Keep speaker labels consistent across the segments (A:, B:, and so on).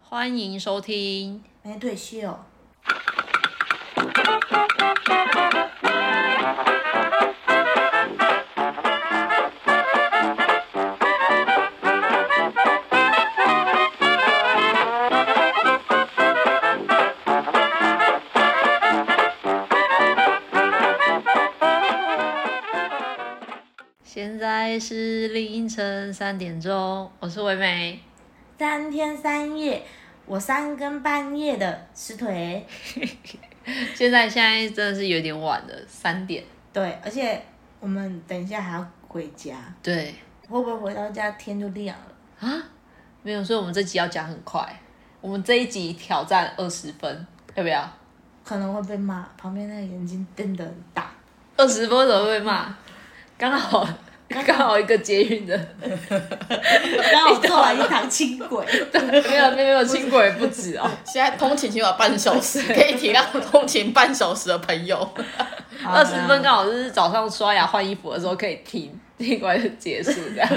A: 欢迎收听。
B: 没哎对哦秀，
A: 现在是凌晨三点钟，我是唯美。
B: 三天三夜，我三更半夜的吃腿，
A: 现在现在真的是有点晚了，三点。
B: 对，而且我们等一下还要回家，
A: 对
B: 会不会回到家天就亮了？
A: 啊，没有，所以我们这集要讲很快。我们这一集挑战二十分，要不要？
B: 可能会被骂，旁边那个眼睛瞪得很 大，
A: 二十分怎么会被骂？刚好刚好一个捷运的，
B: 刚好坐了一趟轻轨，
A: 没有没有没有轻轨不止哦，
C: 现在通勤起码半小时，可以体谅通勤半小时的朋友。
A: 二十分刚好是早上刷牙换衣服的时候可以听，听完就结束这 样。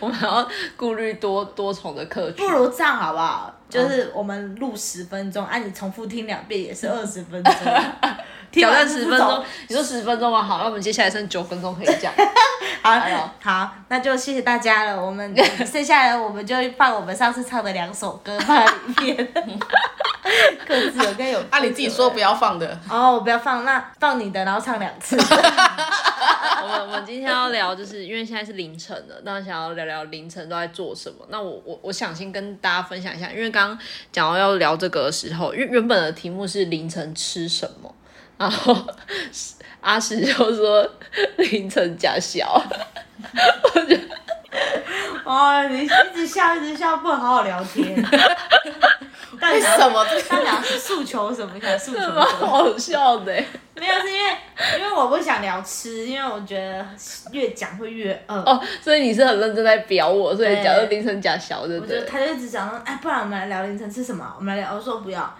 A: 我们还要顾虑多多重的客群
B: 不。如这样好不好？
A: 嗯
B: 就是我们录十分钟，啊，你重复听两遍也是二十 分钟，听
A: 挑
B: 完
A: 战
B: 就
A: 十
B: 不
A: 分
B: 走
A: 钟，你说十分钟吗？好，那我们接下来剩九分钟可以 讲。
C: 哎
B: 好，好，那就谢谢大家了。我们 剩下来我们就放我们上次唱的两首歌放在里面， 各自有各有。
C: 啊，你自己说不要放的，
B: 哦，我不要放，那放你的，然后唱两 次。
A: 我们我们今天要聊，就是因为现在是凌晨了，那想要聊聊凌晨都在做什么。那我我我想先跟大家分享一下，因为刚刚讲到要聊这个的时候，因为原本的题目是凌晨吃什么，然后阿石就说凌晨假笑，
B: 哦，你一直笑一直笑，不好好聊 天。到底
C: 为
B: 想
C: 什？么？这
B: 到底想诉求什么？想诉求什
A: 蛮
B: 么？
A: 好笑的欸。
B: 没有，是因为因为我不想聊吃，因为我觉得越讲会越饿。
A: 哦，所以你是很认真在表我，所以
B: 对
A: 讲到凌晨假笑，对不
B: 我就
A: 对？
B: 他就一直讲说，哎，不然我们来聊凌晨吃什么？我们来聊，我说不要啊，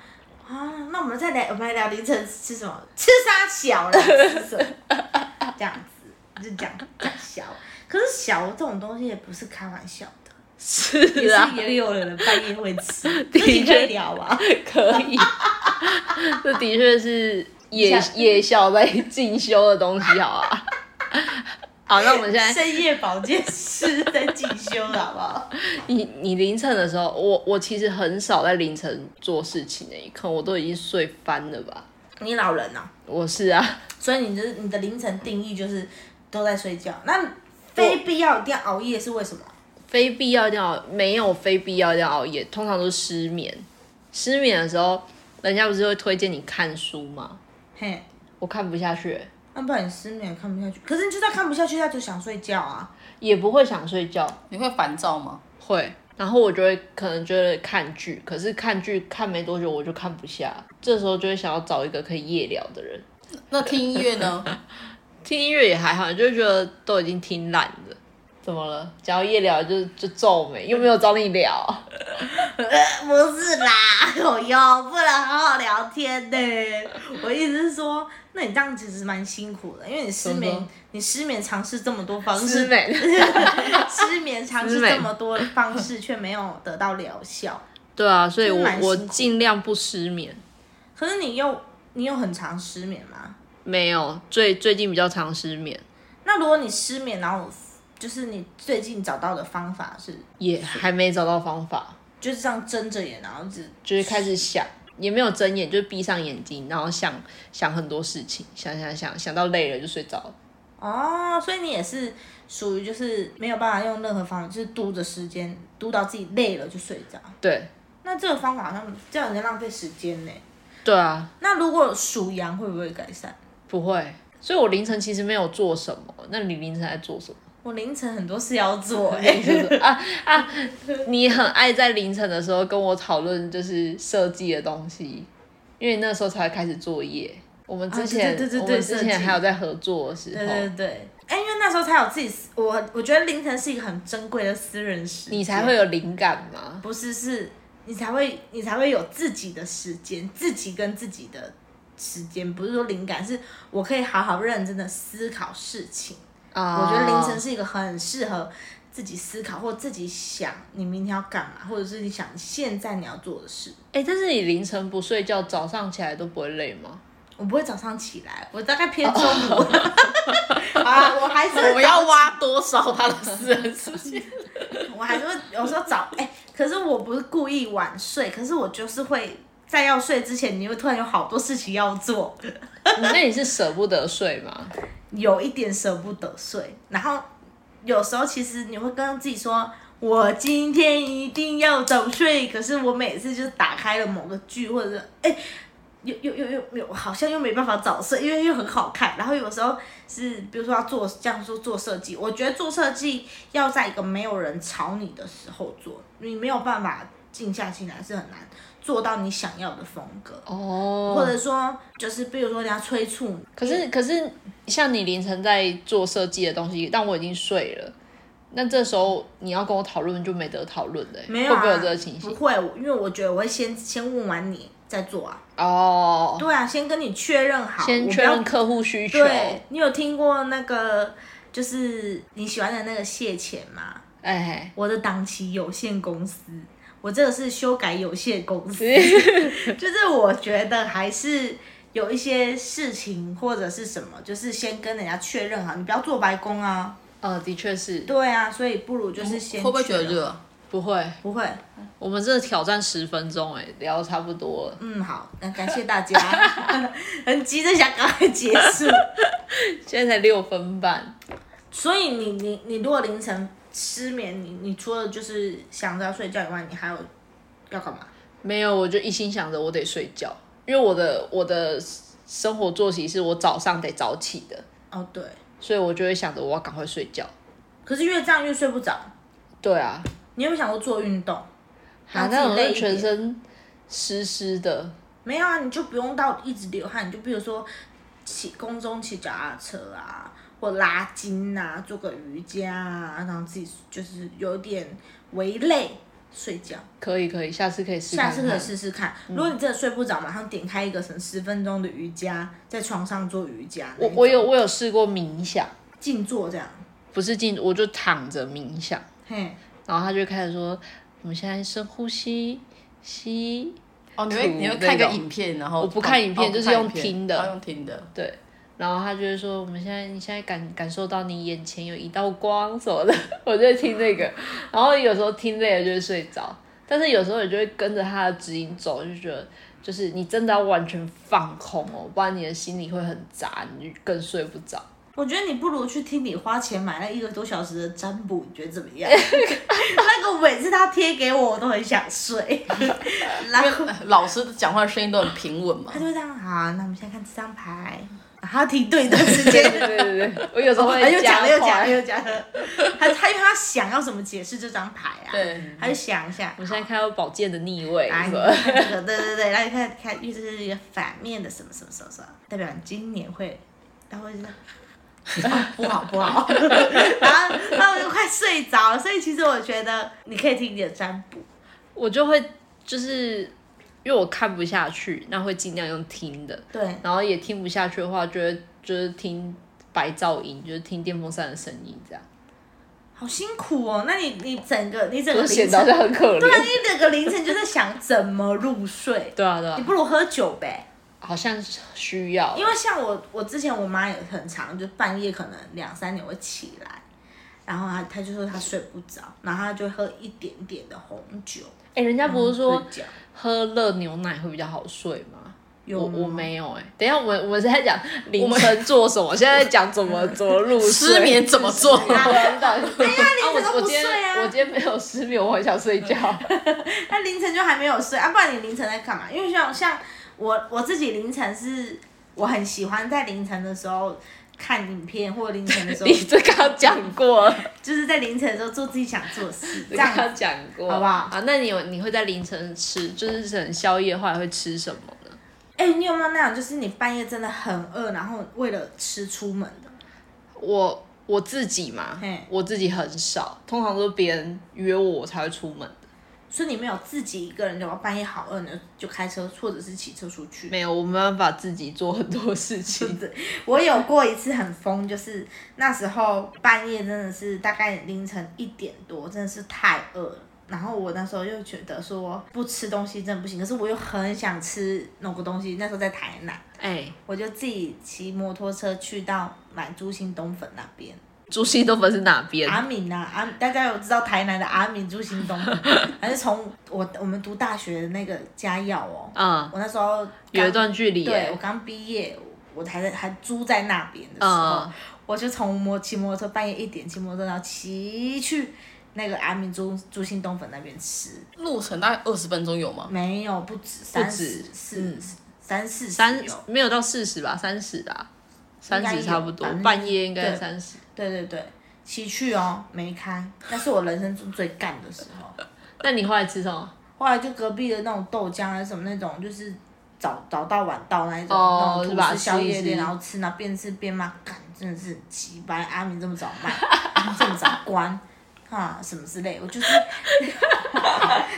B: 那我们再聊，我们来聊凌晨吃什么？吃啥小啦？吃什么？这样子就讲讲小，可是小这种东西也不是开玩笑的，
A: 是啊，
B: 也是也有人半夜会吃，
A: 的
B: 自己可
A: 确
B: 以聊啊。
A: 可以，这的确是夜
B: 下
A: 夜校在进修的东西，好啊。好，那我们现在
B: 深夜保健室在进修了，好不好？
A: 你你凌晨的时候，我我其实很少在凌晨做事情诶、可能我都已经睡翻了吧。
B: 你老人哦、
A: 我是啊，
B: 所以你就是你的凌晨定义就是都在睡觉，那非必要一定要熬夜是为什么？
A: 非必要一定要没有非必要一定要熬夜，通常都是失眠。失眠的时候，人家不是会推荐你看书吗？
B: 嘿。
A: 我看不下去欸、
B: 那不然你失眠看不下去，可是你就算看不下去，他就想睡觉啊。
A: 也不会想睡觉。
C: 你会烦躁吗？
A: 会，然后我就会可能就会看剧，可是看剧看没多久我就看不下，这时候就会想要找一个可以夜聊的人。
C: 那听音乐呢？
A: 听音乐也还好，你就会觉得都已经听烂了。怎么了？讲到夜聊就就皱眉，又没有找你聊。
B: 嗯呃不是啦， 我哟，不能好好聊天呢、我意思是说，那你这样其实蛮辛苦的，因为你失
A: 怎么
B: 眠
A: 说，你
B: 你失眠尝试这么多方式，
A: 失 眠
B: 失眠尝
A: 失
B: 试
A: 眠
B: 这么多方式，却没有得到疗效。
A: 对啊，所以
B: 真
A: 我
B: 的蛮辛苦
A: 我尽量不失眠。
B: 可是你又你有很常失眠吗？
A: 没有，最最近比较常失眠，
B: 那如果你失眠，然后就是你最近找到的方法是，
A: 也还没找到方法，
B: 就是这样睁着眼，然后只
A: 就是开始想，也没有睁眼，就是闭上眼睛，然后想想很多事情，想想想想到累了就睡着了。
B: 哦，所以你也是属于就是没有办法用任何方法，就是嘟着时间，嘟到自己累了就睡着。
A: 对，
B: 那这个方法好像这样很浪费时间呢。
A: 对啊，
B: 那如果数羊会不会改善？
A: 不会，所以我凌晨其实没有做什么。那你凌晨在做什么？
B: 我凌晨很多事要 做哎、
A: 就是啊啊！你很爱在凌晨的时候跟我讨论就是设计的东西，因为那时候才开始作业。我们之前、
B: 啊对对对对
A: 我们之
B: 设计
A: 前还有在合作的时候，
B: 对对对，哎、因为那时候才有自己私，我我觉得凌晨是一个很珍贵的私人时间，
A: 你才会有灵感嘛。
B: 不是是，你才会你才会有自己的时间，自己跟自己的时间，不是说灵感，是我可以好好认真的思考事情。
A: 啊、
C: 哦
B: 我觉得凌晨是一个很适合自己思考或自己想你明天要干嘛，或者是你想现在你要做的事。
A: 哎、但是你凌晨不睡觉，早上起来都不会累吗？
B: 我不会早上起来，我大概偏中午。 啊，我还是
C: 我们要挖多少他的私人事情？
B: 我还是会有时候早哎、可是我不是故意晚睡，可是我就是会在要睡之前，你会突然有好多事情要做，
A: 那你是舍不得睡 吗？
B: 有一点舍不得睡。然后有时候其实你会跟自己说，我今天一定要早睡，可是我每次就是打开了某个剧或者是哎。又又又又又好像又没办法早睡，因为又很好看。然后有时候是，比如说要做，这样说做设计，我觉得做设计要在一个没有人吵你的时候做，你没有办法静下心来是很难做到你想要的风格。
A: 哦
B: 或者说，就是比如说人家催促你，
A: 可是可是像你凌晨在做设计的东西，但我已经睡了，那这时候你要跟我讨论就没得讨论的、欸，
B: 没有、
A: 会
B: 啊、
A: 不会有这个情形
B: 不？会，我因为我觉得我会先先问完你再做啊。
A: 哦，
B: 对啊，先跟你确认好，
A: 先
B: 我
A: 确
B: 不要
A: 认客户需求。哎
B: 对你有听过那个就是你喜欢的那个谢钱吗？
A: 哎，
B: 我的档期有限公司，我这个是修改有限公司， 就是我觉得还是有一些事情或者是什么，就是先跟人家确认好，你不要做白工啊。
A: 呃，的确是
B: 对啊，所以不如
A: 嗯
B: 就是先
C: 会不会觉得
B: 确认？
A: 啊
C: 热？
A: 不会。
B: 不会，
A: 我们这挑战十分钟，哎，聊得差不多了，
B: 嗯，好，那感谢大 家，很急着想赶快结束。
A: 现在才六分半。
B: 所以你你你如果凌晨失眠，你你除了就是想着要睡觉以外，你还有要干嘛？
A: 没有，我就一心想着我得睡觉，因为我的我的生活作息是我早上得早起的，
B: 哦，对，
A: 所以我就会想着我要赶快睡觉。
B: 可是越这样越睡不着。
A: 对啊，
B: 你有没有想过做运动？
A: 啊，
B: 让自己
A: 那种
B: 累
A: 是
B: 一点
A: 全身湿湿的，
B: 没有啊，你就不用到一直流汗，你就比如说骑公中骑脚踏车啊，或拉筋啊，做个瑜伽啊，让自己就是有点微累睡觉。
A: 可以可以，下次可以试看
B: 下
A: 看。
B: 次可以试试看。
A: 嗯
B: 如果你真的睡不着，马上点开一个什么十分钟的瑜伽，在床上做瑜伽。
A: 我我有我有试过冥想，
B: 静坐这样，
A: 不是静，我就躺着冥想，
B: 嘿，
A: 然后他就开始说，我们现在深呼吸，吸，
C: 哦，你会
A: 吐
C: 你会看一个
A: 那种
C: 影片，然后
A: 我不看影片
C: 哦
A: 就是
C: 不看
A: 用
C: 影片
A: 听的
C: 哦用听的。
A: 对。然后他就会说，我们现在你现在感感受到你眼前有一道光什么的， 我就会听那个，然后有时候听累了就会睡着，但是有时候你就会跟着他的指引走，就觉得就是你真的要完全放空哦，不然你的心里会很杂，你就更睡不着。
B: 我觉得你不如去听你花钱买了一个多小时的占卜，你觉得怎么样？ 那个每次他贴给我，我都很想睡。然后
C: 老师讲话的声音都很平稳 嘛
B: 他，就会这样，好，那我们现在看这张牌，然后停顿一段时间，
A: 对对对，对我有时候会
B: 他又哦哎讲了又讲
A: 加
B: 了
A: 快
B: 又讲了，他他因为他想要怎么解释这张牌啊，
C: 对，
B: 他就想一下，
A: 我现在看到宝剑的 逆位，
B: 来，
A: 是
B: 啊
A: 吧
B: 你看这个，对对对，然后你看看，因为这是一个反面的什么什么什么什么，代表你今年会，然后就这样。啊不好不好， 然后然后我就快睡着了，所以其实我觉得你可以听你的占卜，
A: 我就会就是因为我看不下去，那会尽量用听的，
B: 对，
A: 然后也听不下去的话，就会就是听白噪音，就是听电风扇的声音 这样，
B: 好辛苦哦。那你你整个你整个
A: 就是显
B: 凌
A: 得好
B: 晨，
A: 像很可
B: 对啊，
A: 怜。
B: 你整个凌晨就在想怎么入睡，
A: 对啊对啊，
B: 你不如喝酒呗。
A: 好像是需要
B: 因为像我，我之前我妈也很常，就半夜可能两三点会起来，然后她她就说她睡不着，然后她就喝一点点的红酒。
A: 哎，人家不是说
B: 睡觉
A: 喝热牛奶会比较好睡吗？
B: 有
A: 我我
B: 吗
A: 没有哎、等一下我们我们现在讲凌晨做什么，现在讲怎 么怎么入睡
C: 失眠怎么做？
B: 哎
A: 到底？对呀、
B: 你怎么
A: 我我
B: 不
A: 今
B: 啊
A: 天
B: 睡啊
A: 我今天没有失眠，我很想睡 觉。
B: 那凌晨就还没有睡啊？不然你凌晨在干嘛？因为像像我我自己凌晨是，我很喜欢在凌晨的时候看影片，或者凌晨的时 候
A: 你这刚讲过，
B: 就是在凌晨的时候做自己想做的事，
A: 这
B: 这样
A: 刚讲过，
B: 好不好
A: 啊，那你有你会在凌晨吃，就是可能宵夜的话会吃什么呢？
B: 哎、你有没有那样？就是你半夜真的很饿，然后为了吃出门的？
A: 我我自己嘛
B: 嘿，
A: 我自己很少，通常都是别人约我我才会出门的。
B: 所以你没有自己一个人，然后半夜好饿呢，就开车或者是骑车出去。
A: 没有，我没办法自己做很多事情。
B: 我有过一次很疯，就是那时候半夜真的是大概凌晨一点多，真的是太饿了。然后我那时候又觉得说不吃东西真的不行，可是我又很想吃某个东西。那时候在台南，
A: 哎、
B: 我就自己骑摩托车去到买猪心冬粉那 边。
A: 朱熹都粉是哪边？
B: 阿敏呐、阿大家有知道台南的阿敏猪心冬粉，还是从我我们读大学的那个家药哦。
A: 嗯，
B: 我那时候刚
A: 有一段距离、
B: 对
A: 欸。
B: 我刚毕业，我还在还租在那边的时候，
A: 嗯
B: 我就从摩骑摩托车半夜一点骑摩托车，然后骑去那个阿明猪猪心东粉那边吃，
C: 路程大概二十分钟有吗？
B: 没有不止三十四三四
A: 三
B: 十有
A: 没有到四十吧，三十啦，
B: 应
A: 三
B: 该有
A: 十差不多
B: 反正，
A: 半夜应该
B: 对
A: 三十。
B: 对对对，骑去哦没开，那是我人生中最干的时候。
A: 那你后来吃什么？
B: 后来就隔壁的那种豆浆还是什么那种，就是早早到晚到那一种，
A: 哦
B: 那种
A: 是
B: 吐
A: 吧
B: 司宵夜
A: 吃一
B: 店，
A: 吃
B: 然后吃，然后边吃边骂，干真的是很鸡掰，阿明这么早卖，这么早关。啊，什么之类，我就是，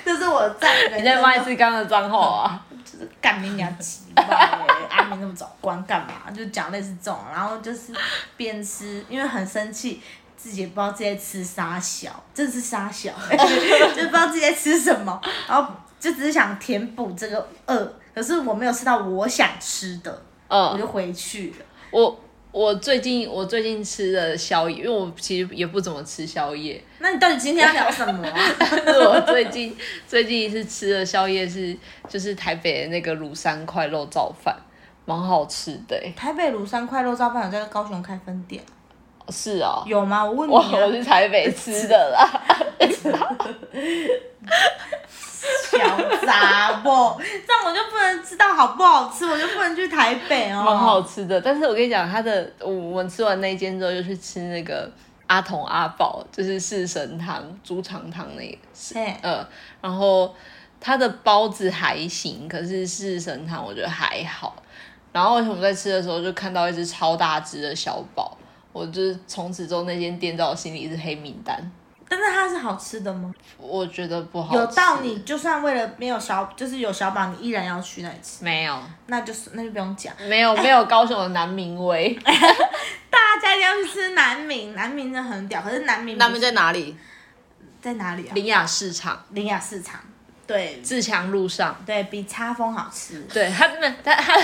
B: 这是我在人
A: 你
B: 生
A: 在骂一
B: 中
A: 次刚刚的脏话啊？
B: 就是干你娘鸡巴、 欸，阿明那么早关干嘛？就讲类似这种，然后就是边吃，因为很生气，自己也不知道自己在吃啥小，这是啥小、 就不知道自己在吃什么，然后就只是想填补这个饿，可是我没有吃到我想吃的，我
A: 嗯，
B: 就回去了。
A: 我我最近我最近吃的宵夜，因为我其实也不怎么吃宵夜，
B: 那你到底今天要聊什么、啊？
A: 但是我最近 最近一次吃的宵夜是就是台北的那个庐山块肉燥饭，蛮好吃的欸、
B: 台北庐山快肉烧饭有在高雄开分店，
A: 是啊、
B: 有吗？我问你、
A: 我
B: 啊，
A: 我是台北吃的啦。
B: 小杂不，这样我就不能知道好不好吃，我就不能去台北哦。
A: 蛮好吃的。但是我跟你讲，它的我我们吃完那一间之后，就去吃那个阿童阿宝，就是四神汤、猪肠汤那个，是
B: 嘿
A: 呃，然后它的包子还行，可是四神汤我觉得还好。然后而且我们在吃的时候就看到一只超大只的小宝，我就是从此之后那间店在我心里是黑名单，
B: 但是它是好吃的吗？
A: 我觉得不好吃。
B: 有到你就算为了没有小，就是有小宝，你依然要去那里吃，
A: 没有？
B: 那就是那就不用讲。
A: 没有没有高雄的南明威，
B: 大家一定要去吃南明，南明真的很屌，可是南明
C: 那边在哪里？
B: 在哪里啊？
A: 林雅市场
B: 林雅市场，对
A: 自强路上。
B: 对，比叉风好吃。
A: 对他们，他他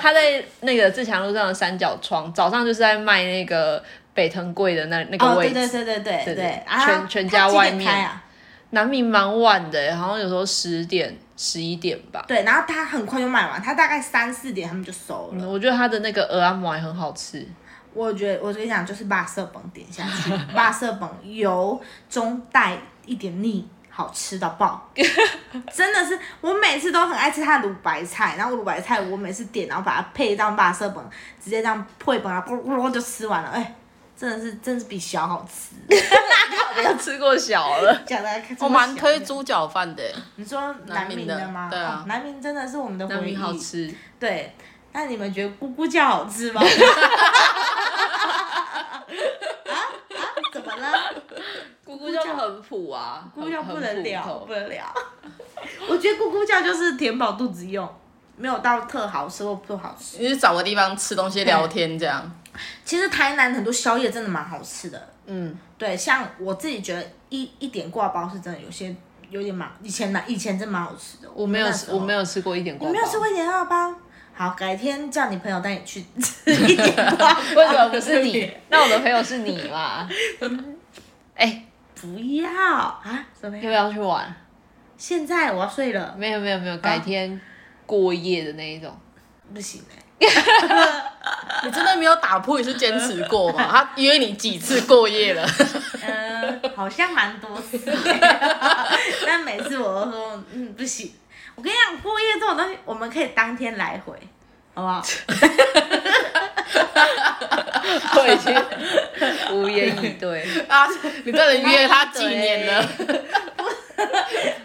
A: 他在那个自强路上的三角窗，早上就是在卖那个北藤贵的那那个
B: 哦，
A: 位
B: 对
A: 置，
B: 对对对
A: 对
B: 对对
A: 对，
B: 啊
A: 全全家
B: 它几点
A: 外面
B: 开啊。
A: 南明蛮晚的，欸好像有时候十点十一点吧。
B: 对，然后他很快就卖完，他大概三四点他们就收了。
A: 嗯我觉得他的那个鹅阿馍也很好吃，
B: 我觉得，我跟你讲，就是巴色本点下去， 巴色本油中带一点腻，好吃到 爆，真的是我每次都很爱吃它的卤白菜，然后卤白菜我每次点，然后把它配上巴色本，直接这样配本啊，咕噜咕噜就吃完了，哎、真的是，真的是比小好吃。
A: 没有吃过小了。
B: 讲的
C: 我蛮推。猪脚饭的欸，
B: 你说南明的吗？
C: 南明的对啊
B: 哦南明真的是我们的
A: 南
B: 回忆。
A: 明好吃，
B: 对，那你们觉得咕咕叫好吃吗？啊啊，怎么了？
A: 咕咕叫很普啊，
B: 咕咕叫
A: 很
B: 不能
A: 很
B: 聊，
A: 普
B: 不
A: 通
B: 能聊。 我觉得咕咕叫就是填饱肚子用，没有到特好吃或不好吃。
C: 你去找个地方吃东西聊天这样。
B: 其实台南很多宵夜真的蛮好吃的，
A: 嗯，
B: 对，像我自己觉得一一点挂包是真的有些有点蛮，以前蛮以前真蛮好吃的。
A: 我没有
B: 那
A: 吃，
B: 时候
A: 我没有吃过一点
B: 你
A: 光，
B: 没有吃过一点挂包。好，改天叫你朋友带你去 吃一点挂包。
A: 为什么 不是 你？那我的朋友是你嘛？ 哎、
B: 不要啊！怎么
A: 要
B: 样？
A: 不要去玩？
B: 现在我要睡了，
A: 没有没有没有，改天过夜的那一 种。
B: 不行哎、
C: 你真的没有打破一次坚持过吗？他约你几次过 夜了？
B: 嗯，好像蛮多次， 但每次我都说嗯不行。我跟你讲，过夜这种东西，我们可以当天来回，好不好？
A: 我已经无言以对。
C: 啊，你到底约他几年了？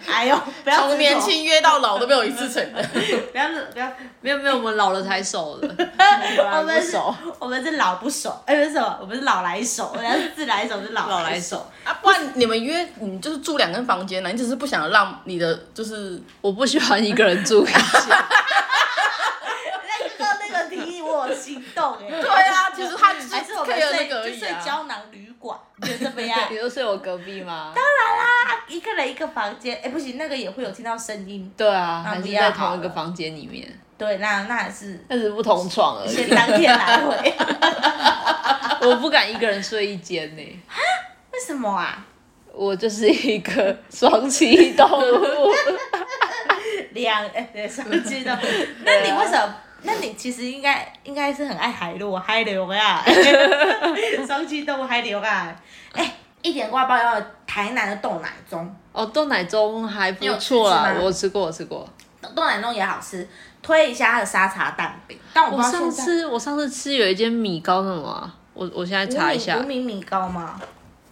B: 哎呦，不要
C: 从年轻约到老都没有一 次成
A: 啊
C: 的。
B: 执着，不要执不要，
A: 没有没有，我们老了才熟 的。
B: 我们
A: 不
B: 是
A: 熟，
B: 我们是老不熟，哎、不是什么，我们是老来熟，人家是自来熟是老
A: 老
B: 来
A: 来
B: 熟
A: 熟。
C: 啊，不然你们约，你就是住两间房间啊呢，你只是不想让你的就是
A: 我不喜欢一个人 住一间，
B: 那个那个提议我有心动哎。
C: 对啊，其实他只
B: 还是我们
C: care
B: 睡
C: 那个
B: 就
C: 而已
B: 睡
C: 啊。
B: 胶囊旅馆，你觉得怎么 样？
A: 你都睡我隔壁吗？
B: 啊一个人一个房间，哎、不行，那个也会有听到声音。
A: 对啊，
B: 那
A: 还
B: 不
A: 是
B: 要
A: 在
B: 好
A: 同一个
B: 了
A: 房间里面，
B: 对，那那还是
A: 但是不同床而
B: 先
A: 已。
B: 当天来回。
A: 我不敢一个人睡一间呢、
B: 为什么啊？
A: 我就是一个双栖动 物。
B: 两哎、 对，啊上去的。那你为什么？那你其实应该应该是很爱海陆海流啊， 双栖动物海流啊。哎、一点挂包要有台南的豆奶盅，
A: 哦，豆奶盅还不
B: 你有
A: 错
B: 吃
A: 啦，
B: 吗
A: 我吃过，我吃过。
B: 豆奶盅也好吃，推一下它的沙茶蛋饼。但我
A: 我
B: 不知道
A: 上
B: 现在
A: 次我上次吃有一间米糕什么、啊，我我现在查一
B: 无
A: 下，
B: 名无名米糕吗？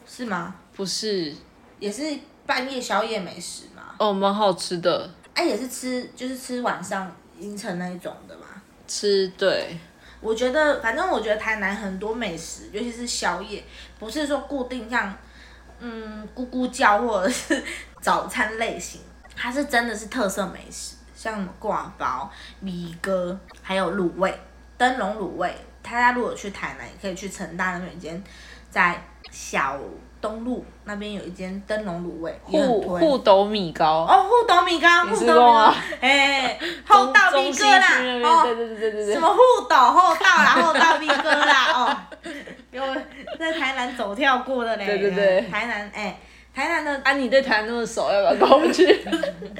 B: 是吗？
A: 嗯不是
B: 也是半夜宵夜美食吗？
A: 哦，蛮好吃的，
B: 哎、也是吃就是吃晚上凌晨那一种的嘛。
A: 吃对，
B: 我觉得，反正我觉得台南很多美食，尤其是宵夜，不是说固定像，嗯，咕咕叫或者是早餐类型，它是真的是特色美食，像什么挂包、米糕，还有卤味、灯笼卤味。大家如果去台南，也可以去成大那边有一间，在小东路那边有一间灯笼卤味，也很
A: 互
B: 推。
A: 互斗米糕，
B: 哦，互斗米糕，
A: 你
B: 互
A: 吃
B: 斗米
A: 过
B: 糕
A: 吗，
B: 哎、
A: 中
B: 后道
A: 中
B: 米
A: 西
B: 糕啦
A: 区那，边
B: 哦，
A: 对对对对对
B: 什
A: 对，
B: 么互斗厚道啦，厚道逼哥 啦，哦，有在台南走跳过的嘞。
A: 对对对
B: 台南哎、台南的、
A: 啊，你对台湾那么熟，要不要跟我们 去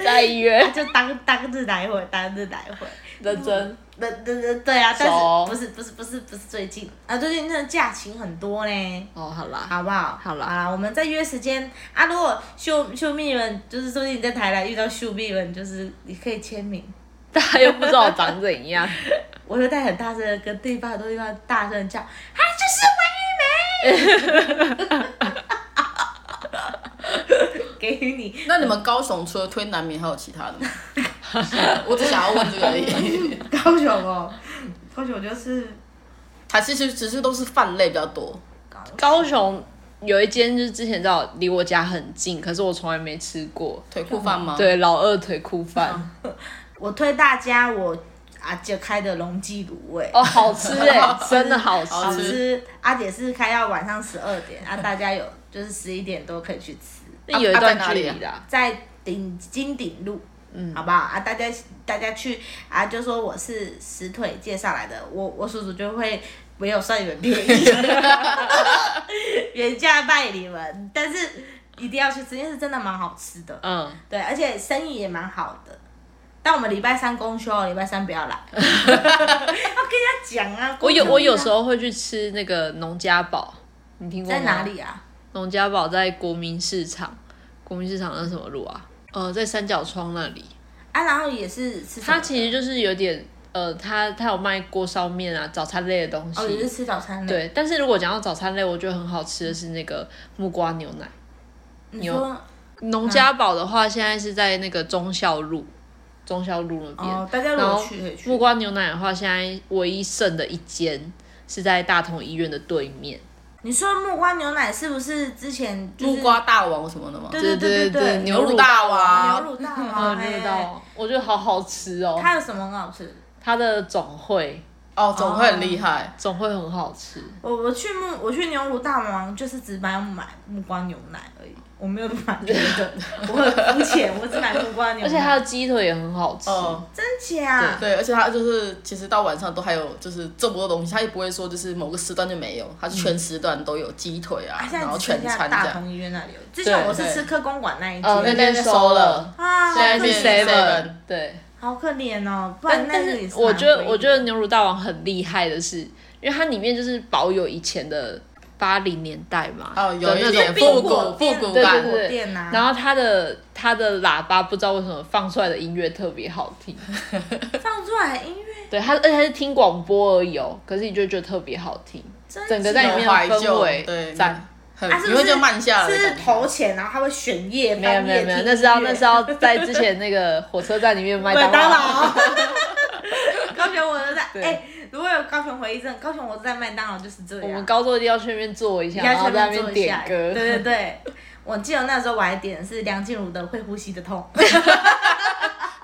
A: 再约？
B: 就当当日来回，当日来回。
A: 认真，
B: 对对对对啊，但
A: 熟
B: 是不是不是不是不是最近啊，最近真的假期很多嘞。
A: 哦，好啦，
B: 好不好？
A: 好啦
B: 好啦，我们再约时间啊！如果秀秀蜜们，就是说不定你在台南遇到秀蜜们，就是你可以签名。
A: 大家又不知道我长怎样，
B: 我就在很大声的跟对方很多地方大声地叫，他就是唯一美， 给你
C: 那你们高雄除了推南米还有其他的吗？我只想要问这个而已，
B: 高雄哦，高雄就是
C: 还是其实只是都是饭类比较多。
B: 高
A: 高雄。有一间就是之前在我离我家很近，可是我从来没吃过。
C: 腿裤饭吗？，
A: 对，老二腿裤饭，
B: 我推大家我阿姐开的龙记卤味。
A: 哦，好吃哎，真的好
C: 好
B: 好
A: 吃。
B: 吃，阿姐是开到晚上十二点，啊，大家有就是十一点多可以去吃，
A: 那有一段
C: 啊在哪
A: 距
C: 里啊
A: 离的啊，
B: 在顶金顶路，嗯，好不好啊？大家大家去啊，就说我是石腿介绍来的，我我叔叔就会没有算你们便宜， 原价卖你们，但是一定要去吃，因为是真的蛮好吃的，
A: 嗯，
B: 对，而且生意也蛮好的。但我们礼拜三公休，礼拜三不要来。 要跟人家讲啊，
A: 我有我有时
B: 候
A: 候会去吃那个农家宝，你听过吗
B: 在哪？里啊？
A: 农家宝在国民市场，国民市场那什么路啊？呃，在三角窗那里。
B: 啊，然后也是吃
A: 它
B: 早
A: 其实就是有点呃，它它有卖锅烧面啊，早餐类的东西。
B: 哦，也是吃早餐的。，
A: 对，但是如果讲到早餐类，我觉得很好吃的是那个木瓜牛奶。
B: 你说
A: 农家宝的话，现在是在那个忠孝路，忠孝路那边。
B: 哦，大家如
A: 然
B: 果
A: 后
B: 去可以去
A: 木。瓜牛奶的话，现在唯一剩的一间是在大同医院的对面。
B: 你说木瓜牛奶是不是之前就是
C: 木瓜大王什么的吗？
B: 对
A: 对
B: 对
A: 对
B: 对
A: 对
B: 对，
A: 牛乳
C: 大
B: 牛
C: 王，
B: 乳大
A: 啊，
B: 王，
A: 没
B: 嘿
A: 有到，我觉得好好吃哦。
B: 它有什么很好吃？
A: 它的总会
C: 哦，总会很厉害。
A: 总会很好吃，
B: 我我去木我去牛乳大王就是只买买木瓜牛奶而已，我没有买别的， 我很肤浅，我只买木瓜牛奶。
A: 而且它的鸡腿也很好吃。
C: 哦，
B: 真假？
C: 对，而且他就是其实到晚上都还有就是这么多东西，他也不会说就是某个时段就没有，他是全时段都有鸡腿啊
B: 啊，现
C: 然
B: 在
C: 后
B: 只剩
C: 全
B: 下
C: 餐
B: 大
C: 这样。
B: 同医院那里有，之前我是
C: 对
B: 吃客公馆那一
A: 呃，那
B: 间
C: 边
A: 边
C: 收
A: 收了
C: 了，
B: 啊，
A: 现在
B: 好可
A: 是
B: 怜
A: seven
C: seven。
A: 对，
B: 好可怜哦，不然
A: 但
B: 那
A: 但
B: 个也
A: 是
B: 是
A: 我
B: 蛮
A: 觉得
B: 贵
A: 我
B: 的
A: 觉得牛乳大王很厉害的是，因为它里面就是保有以前的八零年代嘛，
C: 哦，有
A: 的那
C: 一
A: 种
C: 点
B: 冰
C: 复
B: 果
C: 古复
B: 店
C: 古
A: 对对
C: 感，
A: 对
B: 火店啊
A: 然后它的它的喇叭不知道为什么放出来的音乐特别好听，
B: 放出来音乐
A: 对它而且它是听广播而已哦，可是你就觉得特别好听，
B: 真
A: 整个
B: 假
A: 在里面的氛围
C: 对，
A: 赞。
C: 很
B: 啊，是
C: 你
B: 不
C: 会
B: 是
C: 就慢下来
B: 是
C: 的
B: 不是
C: 感觉，
B: 投钱，然后他会选夜
A: 没有
B: 半
A: 没
B: 夜
A: 有没有，
B: 听
A: 那是要
B: 音乐
A: 那是 要在之前那个火车站里面麦
B: 麦
A: 当
B: 当
A: 劳。
B: 劳。高雄我都在哎、如果有高雄回忆症，高雄我在麦当劳就是这
A: 我们
B: 样，
A: 高中一定要去那边坐一下，然后
B: 要
A: 在那
B: 去
A: 边
B: 做一
A: 点
B: 下。对
A: 歌。
B: 对对，我记得那时候我还点的是梁静茹的《会呼吸的 痛》，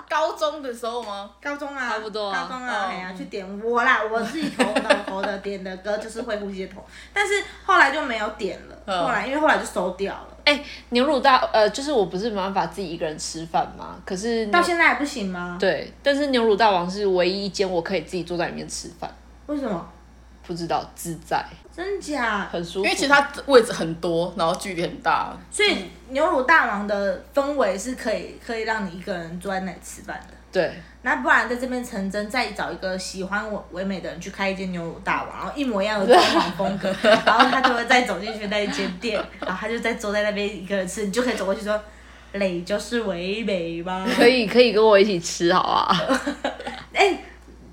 C: 高中的时候吗？
B: 高中啊，
A: 差不多啊
B: 高中啊，
C: 嗯
B: 哎呀、去点我啦，我自己头头头的点的歌就是《会呼吸的痛》，但是后来就没有点了，
C: 嗯
B: 后来因为后来就收掉了，
A: 哎、牛乳大呃，就是我不是没办法自己一个人吃饭嘛，可是牛
B: 到现在还不行吗？
A: 对，但是牛乳大王是唯一一间我可以自己坐在里面吃饭，
B: 为什么？
A: 不知道自在，
B: 真假？
A: 很舒服。
C: 因为其实它位置很多，然后距离很大，
B: 所以牛乳大王的氛围是可以可以让你一个人坐在那里吃饭的。
A: 对，
B: 那不然在这边成真，再找一个喜欢我唯美的人去开一间牛乳大王，然后一模一样的装潢风格，然后他就会再走进去那一间店，然后他就再坐在那边一个人吃，你就可以走过去说，美就是唯美吧。
A: 可以可以跟我一起吃，好啊。
B: 哎、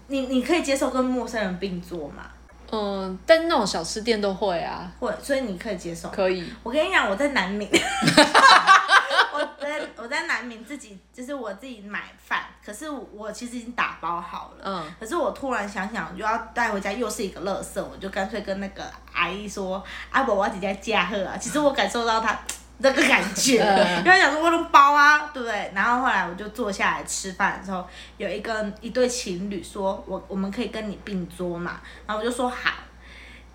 B: 你你可以接受跟陌生人并坐吗？
A: 嗯，但那种小吃店都会啊，
B: 或所以你可以接受。
A: 可以。
B: 我跟你讲，我在 南闽，我在我在南闽自己就是我自己买饭，可是我其实已经打包好了。
A: 嗯，
B: 可是我突然想想，又要带回家，又是一个垃圾，我就干脆跟那个阿姨说：“阿伯，我要几家加贺啊。”其实我感受到她那个感觉，
A: 嗯
B: 然后想说我能包啊，对不对？然后后来我就坐下来吃饭的时候，有一个一对情侣说：“我我们可以跟你并桌嘛。”然后我就说好。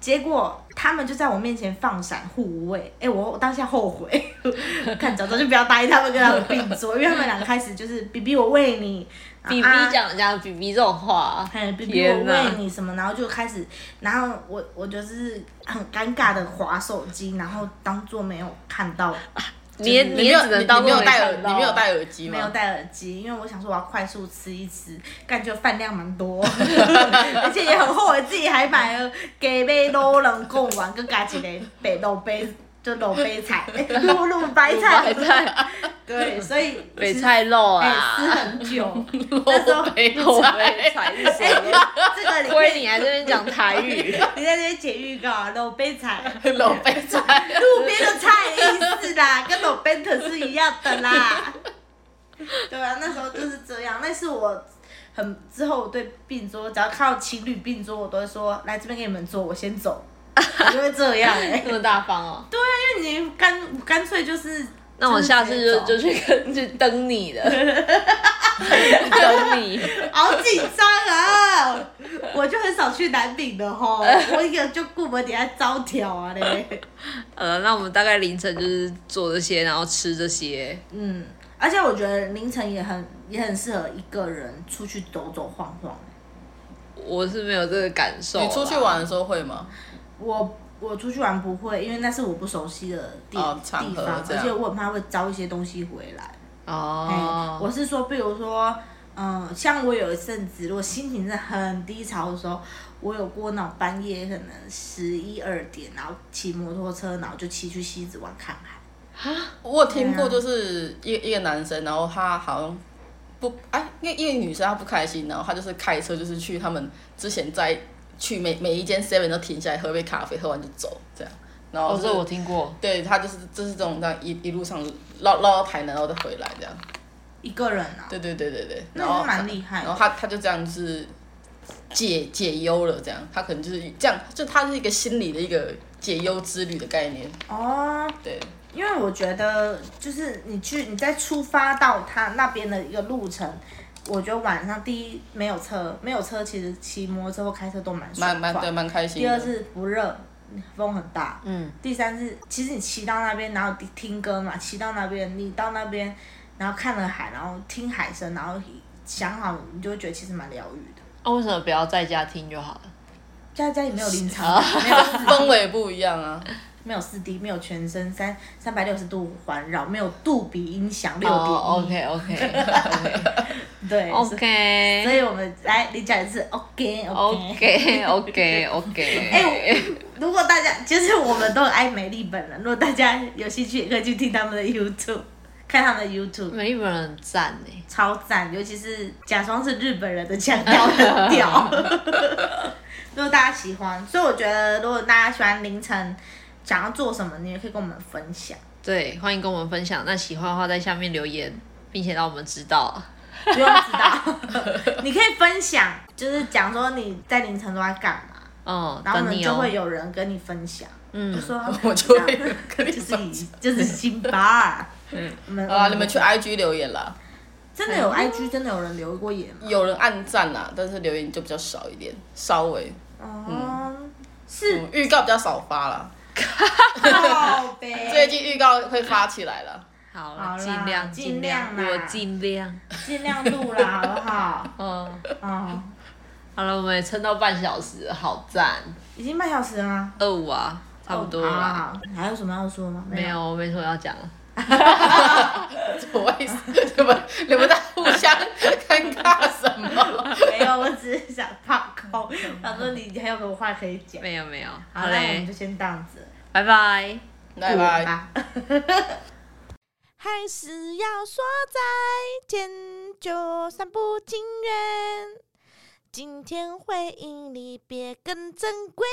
B: 结果他们就在我面前放闪护卫， 哎、我我当下后悔， 看早知道就不要答应他们跟他们并桌，因为他们两个开始就是比比我喂你，
A: 比比
B: 啊
A: 讲讲比比这种话，
B: 哎，比比我
A: 天哪
B: 喂你什么，然后就开始，然后我我就是很尴尬的划手机，然后当做没有看到，
A: 你也
C: 就是
A: 你也只能当
C: 你没
A: 做
C: 有戴耳，
A: 看
C: 你
A: 到啊
C: 没有戴耳机
B: 没有
C: 吗？
B: 戴耳机，因为我想说我要快速吃一吃，感觉饭量蛮多， 而且也很后悔自己还买了给杯卤冷贡丸，跟加一个白卤杯，就卤杯菜，卤卤白
A: 白
B: 菜，
A: 菜
B: 对，所以
A: 北菜肉
B: 哎
A: 啊，
B: 吃 很久，那时候哎
C: 我没
A: 肉
C: 戴
A: 北哎菜是什么？
B: 这个你可
A: 亏
B: 以
A: 你还在那边讲台 语，
B: 你在这边解预告啊，卤杯菜。
C: 老被菜，
B: 路边的菜的意思 啦，跟 no b e n t 是一样的啦。对啊，那时候就是这样。那是我很之后我对并桌，只要看到情侣并桌，我都会说来这边给你们坐，我先走，我就会这样、欸。
A: 这么大方哦。
B: 因为你干干脆就是，
A: 那我下次就就
B: 就
A: 去跟去登你 了，登你。
B: 是好紧张啊！我就很少去南饼的吼， 我一个就顾不得下招条啊嘞。
A: 呃，那我们大概凌晨就是做这些，然后吃这些。
B: 嗯，而且我觉得凌晨也很也很适合一个人出去走走晃晃、
A: 我是没有这个感受。
C: 你出去玩？的时候会吗？
B: 我我出去玩不会，因为那是我不熟悉的地、
C: 哦场
B: 地
C: 合
B: 方，
C: 这
B: 而
C: 样
B: 且我很怕会招一些东西回来。
A: 哦
B: 哎，我是说，比如说，嗯、像我有一阵子，如果心情真的很低潮的时候，我有过那种半夜可能十一二点，然后骑摩托车，然后就骑去西子湾看海。
C: 我有听过，
B: 对啊
C: 就是一一个男生，然后他好像不哎，一个一个女生她不开心，然后他就是开车就是去他们之前在去每每一间 seven 都停下来喝杯咖啡，喝完就走这样。然后、
A: 哦，
C: 就是
A: 这我听过。
C: 对他就是就是这种这样一一路上绕绕到台南，然后再回来这样。
B: 一个人啊，
C: 对对对对对，
B: 那
C: 然后
B: 是蛮厉害的
C: 然后他他就这样就是解解忧了，这样他可能就是这样，就他是一个心理的一个解忧之旅的概念。
B: 哦，
C: 对，
B: 因为我觉得，就是你去你在出发到他那边的一个路程，我觉得晚上第一没有车，没有车其实骑摩托车或开车都蛮
C: 蛮
B: 爽
C: 蛮对
B: 快。
C: 蛮开心
B: 第二
C: 的。
B: 是不热，风很大。
A: 嗯，
B: 第三是其实你骑到那边，然后听歌嘛，骑到那边你到那边，然后看了海，然后听海声，然后想好你就会觉得其实蛮疗愈的。
A: 那、哦为什么不要在家听就好了？
B: 家家里没有临场，
C: 啊
B: 没有四 D，
C: 氛围不一样啊，
B: 没有四 D，没有全身三三百六十度环绕，没有杜比音响六点一。
A: 哦，OK OK
B: 对
A: OK
B: 所 以我们来你讲一次 OK OK。
A: OK OK OK。
B: 哎、我如果大家就是我们都很爱美丽本人，如果大家有兴趣，也可以去听他们的 YouTube，看他们 的 YouTube，
A: 每一本人很赞欸呢。
B: 超赞，尤其是假装是日本人的腔调很屌。如果大家喜欢，所以我觉得如果大家喜欢凌晨想要做什么，你也可以跟我们分享，
A: 对，欢迎跟我们分享。那喜欢的话，在下面留言，并且让我们知道。
B: 不用知道，你可以分享，就是讲说你在凌晨都在干嘛，
A: 嗯，
B: 然后
A: 等
B: 呢
A: 你
B: 就
A: 哦
B: 会，有人跟你分享，就
A: 嗯，
B: 说
C: 我就会
B: 这样
C: 跟你
B: 就是
C: 分
B: 以就是辛巴，
A: 嗯，
B: 我们
C: 好啊啦，你们去 IG 留言啦，
B: 真的有 IG 真的有人留过言吗？
C: 有人暗赞啦，但是留言就比较少一点，稍微，
B: 哦，是
C: 嗯，预告比较少发啦，
B: 靠
C: 最
B: 呗，
C: 近预告会发起来 了。
A: 好
B: 好
A: 啦，
B: 啦
A: 尽量
B: 尽
A: 尽量，
B: 量
A: 我
B: 啦
A: 尽量，
B: 尽量录啦，好不好？
A: 嗯，
B: 哦，
A: 好了，我们也撑到半小时了，好赞，
B: 已经半小时了吗？
A: 二五啊，差不多了
B: 哦好好
A: 啦，
B: 好还有什么要说吗？
A: 没有，。我没什么要讲了，
C: 我意思， 你们你们在互相 尴尬什么？
B: 没有，我只是想放空，想说你还有什么话可以讲。
A: 没有没有，
B: 好
A: 好
B: 那我们
A: 嘞
B: 就，先这样子嗯了，
A: 拜拜。
C: 拜拜。
B: 还是要说再见，就算不情愿，今天回忆离别更珍贵。